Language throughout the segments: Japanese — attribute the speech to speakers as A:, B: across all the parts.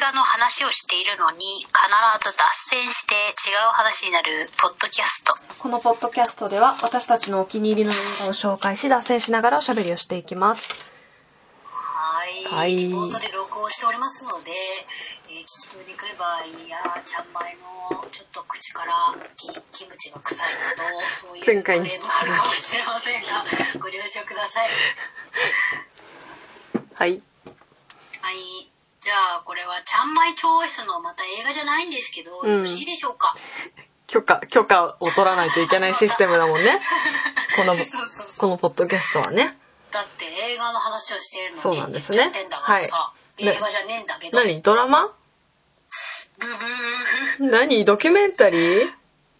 A: 画の話をしているのに必ず脱線して違う話になるポッドキャスト
B: このポッドキャストでは私たちのお気に入りの映画を紹介し脱線しながらおしゃべりをしていきます。
A: はい
B: はい
A: リモートで録音しておりますので、えー聞き取りにくい場合やちゃんまいのちょっと口からキキムチが臭いなどそういう
B: 前回
A: 例もあるかもしれませんが ご了承ください
B: はい。
A: はいじゃあこれはちゃんまい調理室のまた映画じゃないんですけど、
B: うん
A: よろしいでしょうか
B: 許可、許可を取らないといけないシステムだも んね。この、
A: そうそうそう
B: このポッドキャストはね。
A: だって映画の話をしているのに
B: そうなんですね
A: って言っちゃってんだからさ、
B: い
A: 映画じゃねえんだけど
B: 何ドラマ
A: ブブー
B: 何ドキュメンタリー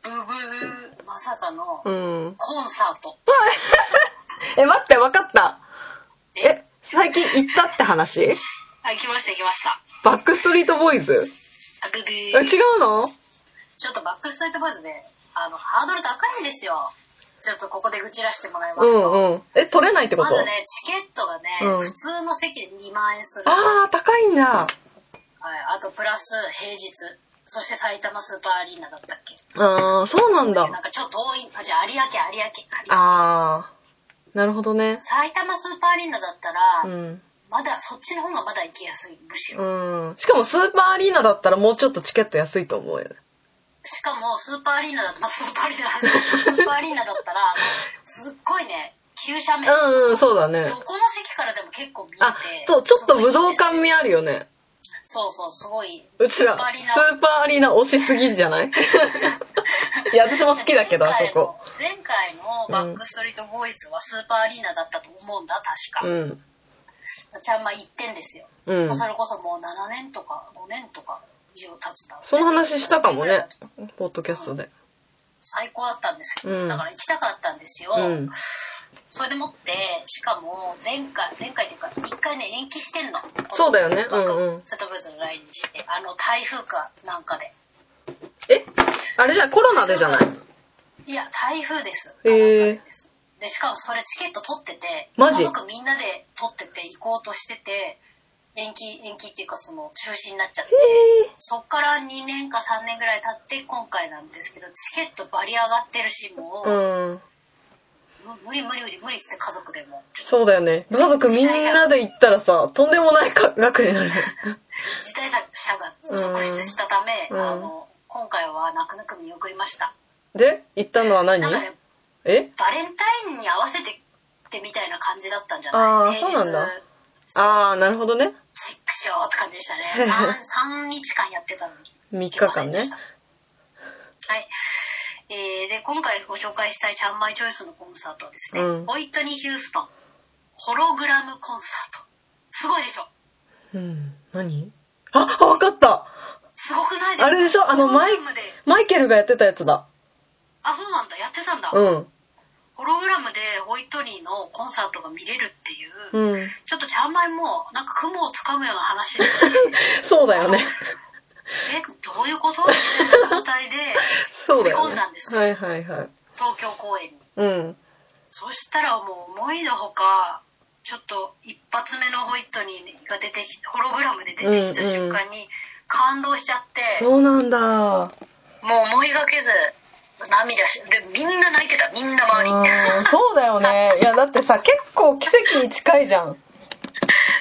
A: ブブーまさかの
B: うん。
A: コンサート、
B: え、待って、わかった。
A: え
B: え、最近行ったって話
A: はい来ました来ました
B: バックストリートボーイズ
A: あブブ
B: え違
A: ー
B: うの
A: ちょっとバックストリートボーイズねあのハードル高いんですよちょっとここで愚痴らしてもらいますと、
B: うんうん。え、取れないってこ
A: ま
B: と、
A: ずねチケットがね、
B: うん
A: 普通の席で2万円するんです
B: あー、高いんだ。
A: はい、あとプラス平日そして埼玉スーパーアリーナだったっけ
B: あー、そうなんだ。
A: なんかちょっと遠いあじゃあ有明有明有明
B: あー、なるほどね。
A: 埼玉スーパーアリーナだったら、
B: うん。ま
A: まだそっちの方がまだ行きやすいむしろ、
B: うん。しかもスーパーアリーナだったらもうちょっとチケット安いと思うよね。
A: しかもスーパーアリーナだったまあ、スーパーアリー ナスーパーアリーナだったらすっごいね急斜面、
B: うんうん、そうだね
A: ど。この席からでも結構見えて
B: あ、そう、ちょっと武道館
A: 見
B: 味あるよね。
A: そうそうすごいう
B: ち
A: スー
B: ら
A: パーア、リーナ
B: スーパーアリーナ推しすぎじゃ ないいや、私も好きだけど、あそこ。
A: 前回の前回のバックストリートボーイズはスーパーアリーナだったと思うんだ確
B: う
A: か、
B: ん。
A: ちゃんま行ってんですよ、
B: うん。
A: それこそもう7年とか5年とか以上経つだろうね
B: その話したかもね、ポッドキャストで。
A: 最高だったんですけど、
B: うん
A: だから行きたかったんですよ、
B: うん。
A: それでもってしかも前回前回っていうか一回ね延期してんの
B: そうだよねうんうん
A: ちょっとブースのラインにしてあの台風かなんかで
B: えあれじゃないコロナでじゃない
A: いや台風です
B: へー
A: なんかですでしかもそれチケット取ってて
B: マジ
A: 家族みんなで取ってて行こうとしてて延期延期っていうかその中止になっちゃってそっから2年か3年ぐらい経って今回なんですけどチケットバリ上がってるしもう、
B: うん。
A: む無理無理無理無理っつって家族でもちょっ
B: そうだよね。家族みんなで行ったらさ、とんでもない額になる。
A: と辞退者が続出したため、
B: うん
A: あの今回は泣く泣く見送りました
B: で、行ったのは
A: だ
B: 何
A: からね
B: え
A: バレンタインに合わせてってみたいな感じだったんじゃ
B: あー
A: ない
B: そうなんだあー、なるほどね。
A: チェックしようって感じでしたね 3, 3日間やってたのに
B: 3
A: 行
B: 日
A: けませ
B: 間
A: んで
B: ね
A: し。たはいえーで今回ご紹介したいチャンマイチョイスのコンサートはですね、
B: うん
A: ホイットニー・ヒューストンホログラムコンサートすごいでしょ
B: うん。何あ、あわかった
A: すごくないですか
B: あれでしょあの、マイ
A: ホログラムで、
B: マイケルがやってたやつだ。
A: あそうなんだやってたんだ、
B: うん。
A: ホログラムでホイットニーのコンサートが見れるっていう、
B: うん。
A: ちょっとちゃんまいもなんか雲をつかむような話で
B: そうだよ ね。
A: えどういうことみたいな状態で
B: そうだよ
A: 飛び込
B: ね。
A: んだんです
B: はいはいはい。
A: 東京公演に
B: うん。
A: そしたらもう思いのほかちょっと一発目のホイットニーが出てきホログラムで出てきた瞬間に感動しちゃって、
B: そうなんだ。あ
A: もう思いがけず涙しでみんな泣いてたみ んな周り
B: ーそうだ よね。いや、だってさ、結構奇跡に近いじゃん。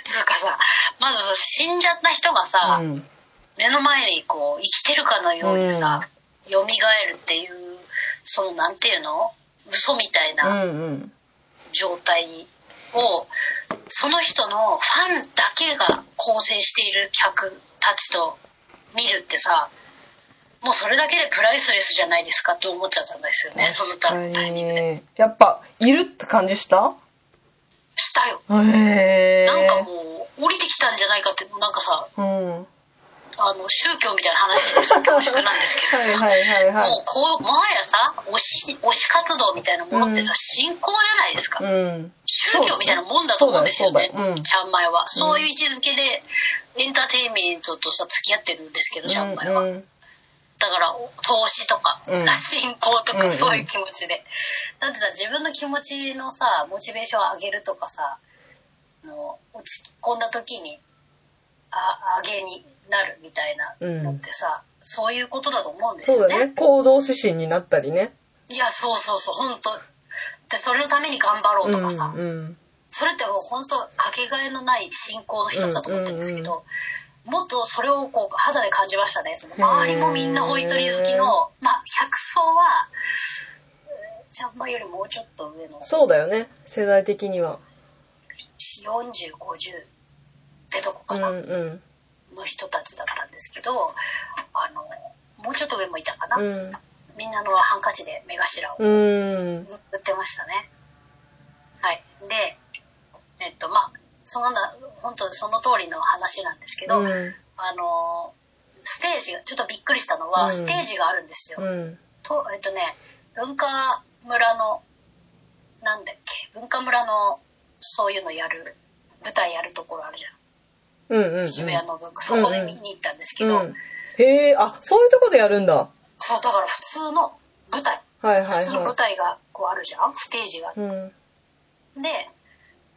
A: つうかさまずさ死んじゃった人がさ、
B: うん。
A: 目の前にこう生きてるかのようにさ、蘇るっていうそのなんていうの嘘みたいうなん
B: うん。
A: 状態を、その人のファンだけが構成している客たちと見るってさもうそれだけでプライスレスじゃないですかって思っちゃったんですよねそのタ
B: 確か
A: イミングで
B: にやっぱ、いるって感じした
A: したよ
B: へえ。
A: なんかもう降りてきたんじゃないかってなんかさ
B: うん。
A: あの宗教みたいな話で 恐縮なんですけど
B: はいはいはいは
A: もうこうもはやさ推し推し活動みたいなものってさ、
B: うん
A: 信仰じゃないですか、
B: い。うん。
A: 宗教みたいなもんだと思うんですよね
B: そうだよそうだようん
A: ちゃんまいは、そういう位置づけでエンターテインメントとさ付き合ってるんですけどちゃんまいは、
B: うん
A: だから投資とか、
B: うん
A: 信仰と
B: うんう
A: か
B: ん
A: そういう気持ちで、だってさ自分の気持ちのさモチベーションを上げるとかさあの落ち込んだ時にあ上げになるみたいなのってさ、そういうことだと思うんです
B: そ
A: よ
B: うだね。行動指針になったりね。
A: いや、そうそうそう、本当で、それのために頑張ろうとかさ、
B: うんうん。
A: それってもう本当かけがえのない信仰の一つだと思ってるんですけど、もっとそれをこう肌で感じましたね。その周りもみんなホイトリー好きの、まあ、百層は、えーちゃんまよりもうちょっと上の、
B: そうだよね。世代的には。
A: 40、50ってとこ
B: う
A: か
B: ん
A: な、
B: うん。
A: の人たちだったんですけど、あの、もうちょっと上もいたかな。
B: うん。
A: みんなのハンカチで目頭を
B: うん。
A: 売ってましたね。はい。で、えっと、まあ、そのな、本当にその通りの話なんですけど、
B: うん。
A: あの、ステージが、ちょっとびっくりしたのは、
B: うん
A: ステージがあるんですよ。
B: うん。
A: と、えっとね、文化村の、なんだっけ、文化村の、そういうのやる、舞台やるところあるじゃ
B: うんうんうん
A: ん。渋谷の文化、そこで見に行ったんですけど、
B: うん。へえ、あ、そういうとこでやるんだ。
A: そう、だから普通の舞台、
B: はいは
A: 普
B: い
A: 通の舞
B: は
A: 台がこうあるじゃん、ステージがあって
B: い。うん。
A: で、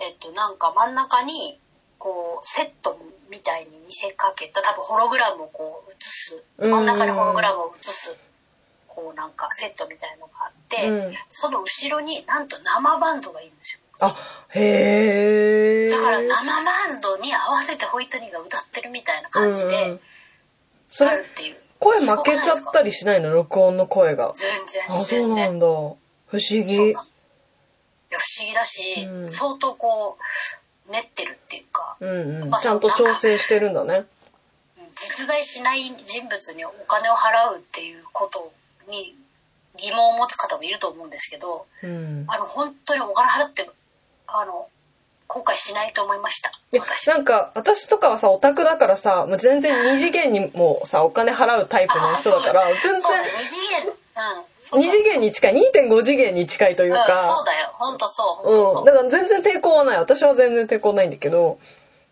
A: えっと、なんか真ん中に、こう、セットみたいに見せかけた、多分ホログラムをこう映す、
B: うん
A: 真ん中にホログラムを映す、こうなんかセットみたいのがあって、
B: うん
A: その後ろになんと生バンドがいるんです
B: あ、へえ。
A: よ。だから生バンドに合わせてホイットニーが歌ってるみたいな感じ
B: うんう
A: で
B: ん、そ
A: あ
B: れ
A: る、っていう。
B: 声負けちゃったりしないの録音の声が。
A: 全然、
B: あ、そう
A: 全
B: な
A: 然。
B: んだ。不思
A: そう
B: 議
A: な。のいや、不思議だし、
B: うん
A: 相当こう、練ってるっていうか、
B: うんうん。
A: まあ
B: ちゃんと調整してるんだね。
A: 実在しない人物にお金を払うっていうことに疑問を持つ方もいると思うんですけど
B: うん。
A: あの本当にお金払ってあの後悔しないと思いました
B: いや
A: 私
B: なんか私とかはさオタクだからさもう全然二次元にもうさお金払うタイプの人だから全
A: そうだ
B: 然
A: 二次元うんそう
B: 二次元に近い2.5次元に近いという
A: うんそう
B: か、
A: だよ本当そう本当そう、
B: うん、だから全然抵抗はない私は全然抵抗ないんだけど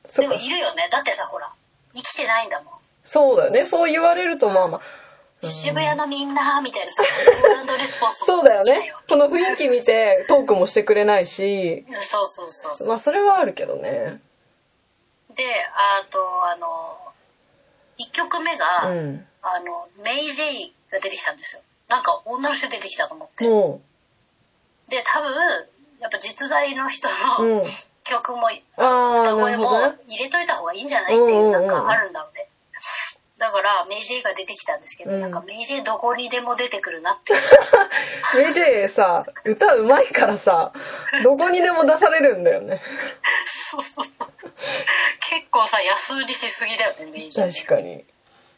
B: そ
A: でもいるよねだってさほら生きてないんだもん
B: そうだよねそう言われるとまあまあうん
A: 渋谷のみんなみたいな さコーランドレスポンスも
B: そうだよ
A: できない
B: ねこの雰囲気見てトークもしてくれないし
A: うんそうそうそうそう
B: まあそれはあるけどね
A: であとあの1曲目が、
B: うん
A: あの、メイ・ジェイが出てきたんですよ。なんか女の人出てきたと思って。
B: も
A: で、多分、やっぱ実在の人
B: ううん
A: の曲も、
B: あ
A: 歌
B: あな
A: 声
B: る
A: も
B: ほどね
A: 入れといた方がいいんじゃないっていう、
B: うんうん
A: な
B: うん
A: んかあるんだろうね。だから、メイ・ジェイが出てきたんですけど、
B: うん
A: なんかメイ・ジェイどこにでも出てくるな って。
B: メジェイさ歌うまいからさどこにでも出されるんだよね
A: そうそうそう。結構さ、安売りしすぎだよね、メイ・ジェイね。
B: 確かに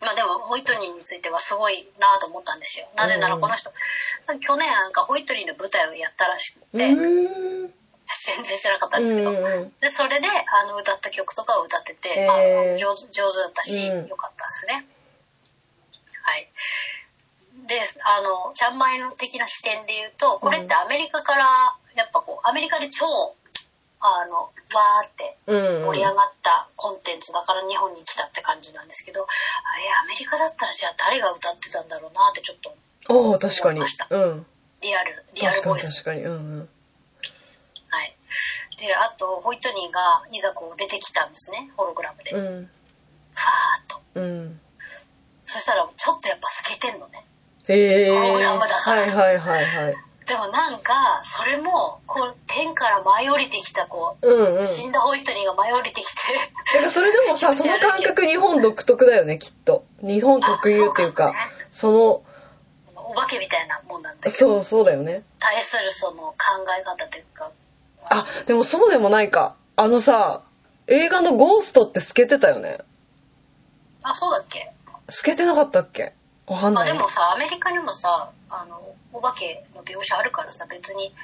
A: まあでも、ホイットニーについてはすごいなと思ったんですよ。なぜならこの人、去年なんかホイットニーの舞台をやったらしくて、
B: うーん
A: 全然知らなかったんですけど、
B: うんうんうん
A: でそれであの歌った曲とかを歌ってて、
B: へー
A: まあ、上手上手だったし、
B: うん
A: よかったですねはいであのちゃんまいの的な視点で言うとこれってアメリカからやっぱこうアメリカで超あのわーって
B: うん
A: 盛り上がったコンテンツだから日本に来たって感じなんですけど、あれアメリカだったらじゃあ誰が歌ってたんだろうなってちょっと
B: ああ確かに
A: 思いました
B: うん
A: リアルリアル
B: 確か
A: ボイ
B: に
A: ス
B: 確かにうん
A: はい。で、あと、ホイットニーが、いざこう出てきたんですね、ホログラムで。
B: う
A: ファー
B: ん
A: ッと。
B: うんうん
A: そしたら、ちょっとやっぱ透けてんのね。
B: ええ
A: ホログラムだから
B: はいはいはいはい
A: でもなんか、それも、こう、天から舞い降りてきた、こう、
B: うんうん
A: 死んだホイットニーが舞い降りてきて、
B: だからそれでもさその感覚日本独特だよねきっと日本 特有ってい
A: あそう
B: う
A: かも
B: か
A: ね
B: その
A: お化けみたいなもんなんだけど、
B: そうそうだよね
A: 対するその考え方というか、
B: あでもそうでもないかあのさ映画の「ゴースト」って透けてたよね
A: あ、そうだっけ
B: 透けてなかったっけわかん
A: まあ
B: ない
A: で
B: や
A: もさ、アメリカにもさ、あの、お化けの描写あるからさ、別に、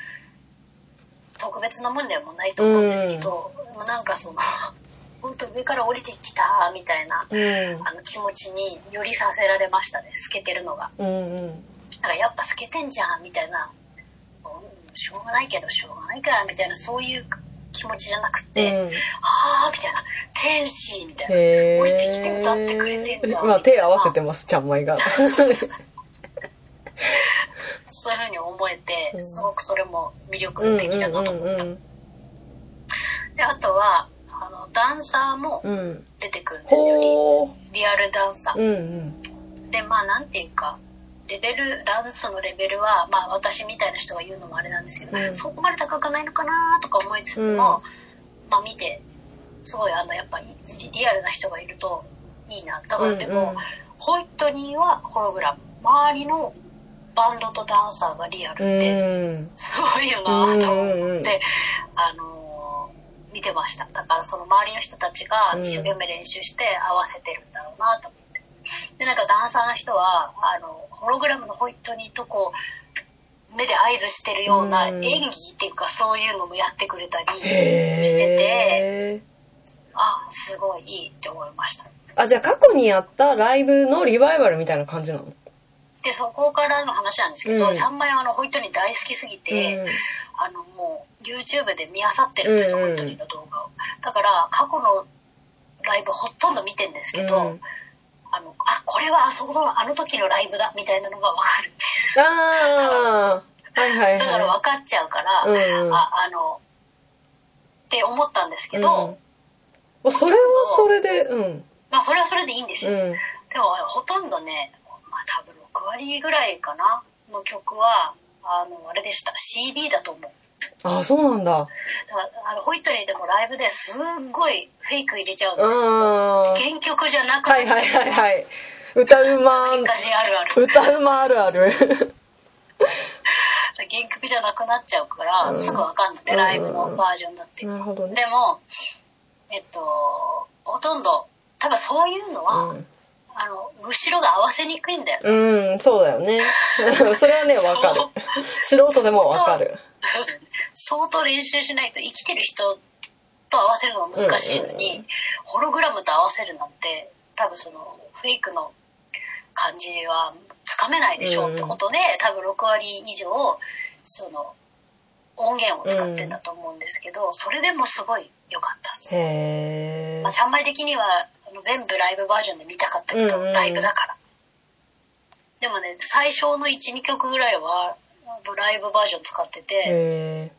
A: 特別なもんでもないと思うんですけど、でもなんかその、 本当上から降りてきた、みたいな、
B: うん
A: あの気持ちによりさせられましたね、透けてるのが。
B: うんうん
A: なんかやっぱ透けてんじゃん、みたいな、うん、しょうがないけど、しょうがないか、みたいな、そういう気持ちじゃなくて、
B: うん
A: はあみたいな、天使、みたいな。
B: へー
A: 降りてきて歌ってくれてんだみたいな
B: 今手合わせてますちゃん まいが
A: そういうふうに思えて、
B: うん
A: すごくそれも魅
B: う
A: 力
B: んうん
A: 的だなと思っ
B: う
A: た。
B: ん
A: で、あとは、あの、ダンサーも
B: うんうん
A: 出てくるんですよ、
B: ほー
A: リリアルダンサー
B: うんうん
A: でまあなんていうかレベルダンスのレベルはまあ私みたいな人が言うのもあれなんですけど、
B: うん
A: そこまで高くないのかなとか思いつつも、まあ見てすごいあのやっぱりリアルな人がいるといいなだからでも、
B: うんうん
A: ホイットニーはホログラム周りのバンドとダンサーがリアル
B: う
A: って
B: ん
A: すごいよなと思って、
B: うんうんうん
A: あのー見てましただからその周りの人たちが一生懸命練習して合わせてるんだろうなと思ってでなんかダンサーの人はあのホログラムのホイットニーとこう目で合図してるような
B: うん
A: 演技っていうかそういうのもやってくれたり
B: へ
A: してて
B: え
A: あすごいいいって思いました
B: あじゃあ過去にやったライブのリバイバルみたいな感じなの
A: でそこからの話なんですけど、
B: うん
A: ちゃんまいはあのホイットニー大好きすぎて、
B: うん
A: あのもう YouTube で見あさってるんですよ、
B: うんう
A: ホイ
B: ん
A: ットニーの動画をだから過去のライブほとんど見てんですけど、
B: うん
A: あのあこれはあそこのあの時のライブだみたいなのが分かる
B: ああはいはいはい
A: だから分かっちゃうから、
B: うんうん
A: ああのって思ったんですけ
B: うん
A: ど、
B: あそれはそれでうん
A: まあそれはそれでいいんです
B: う
A: よ、
B: ん
A: でもほとんどね、まあ、多分6割ぐらいかなの曲はあのあれでした CD だと思う
B: ああそうなんだ
A: だからあのホイットニーでもライブですっごいフェイク入れちゃうんですよ
B: あー
A: 原曲じゃなく
B: はいはいはい
A: い。
B: はい歌うま
A: アメリカ人あるある。
B: 歌うまあるあ る
A: 原曲じゃなくなっちゃうから、
B: うん
A: すぐわかんないね、
B: うん
A: ライブのバージョンだって。で
B: なるほどね
A: も、えっと、ほとんど、多分そういうのは、あの、後ろが合わせにくいんだよね。
B: うん、うん、そうだよね それはねわかる素人でもわかる
A: 相当練習しないと、生きてる人と合わせるのが難しいのに、
B: うん
A: ホログラムと合わせるなんて、多分その、フェイクの感じはつかめないでしょうってことで、多分6割以上、その、音源を使ってんだと思うんですけど、それでもすごい良かったっす。
B: へえ
A: まあ、ちゃんまい的にはあの全部ライブバージョンで見たかったけど、
B: うんうん
A: ライブだから。でもね、最初の1、2曲ぐらいは、ライブバージョン使ってて、
B: へえ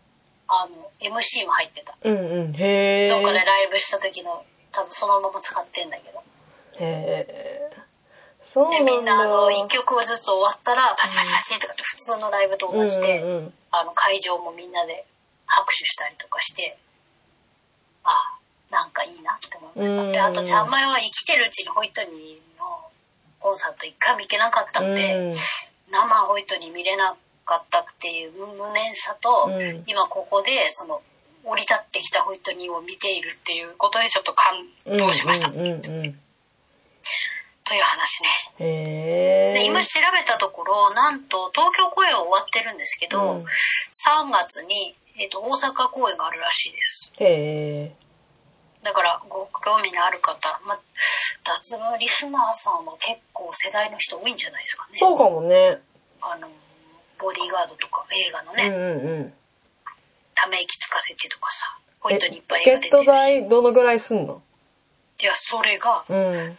A: あの、MC も入ってた。
B: うんうんへえ
A: どっかでライブした時の、多分そのまま使ってんだけど。
B: へえそうな
A: で
B: んだ
A: みんなあの1曲ずつ終わったらパチパチパチとかって普通のライブと同じで、
B: うんうんうん
A: あの会場もみんなで拍手したりとかしてあなんかいいなって思いました、
B: うん
A: であとちゃんまいは生きてるうちにホイットニーのコンサート一回も行けなかったので、
B: うん
A: 生ホイットニー見れなかったっていう無念さと、
B: うん
A: 今ここでその降り立ってきたホイットニーを見ているっていうことでちょっと感動しました、
B: うんうんうんうん
A: という話ね
B: へ
A: で
B: え
A: 今調べたところなんと東京公演は終わってるんですけど、
B: うん
A: 3月に、えっと大阪公演があるらしいです
B: へえ
A: だからご興味のある方、ま、脱毛リスナーさんは結構世代の人多いんじゃないですかね
B: そうかもね
A: あのボディーガードとか映画の
B: うん
A: ね、
B: うんうん
A: ため息つかせてとかさポイントにいっぱい
B: え
A: 映画
B: チケ
A: 出てる
B: ット
A: し
B: 代どのぐらいすんの
A: いやそれが
B: うん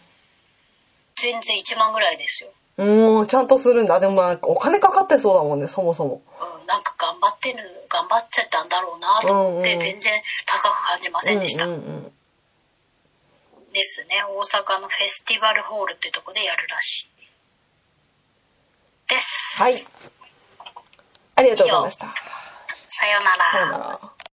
A: 全然1万ぐらいですよ、
B: もうちゃんとするんだでもまあお金かかってそうだもんねそもそも
A: うん、なんか頑張ってる頑張っちゃったんだろうなと思っ
B: うん
A: て
B: うん
A: 全然高く感じませんでした、
B: うんうん
A: ですね大阪のフェスティバルホールってとこでやるらしいです
B: はいありがとうございました
A: さようなら
B: さよなら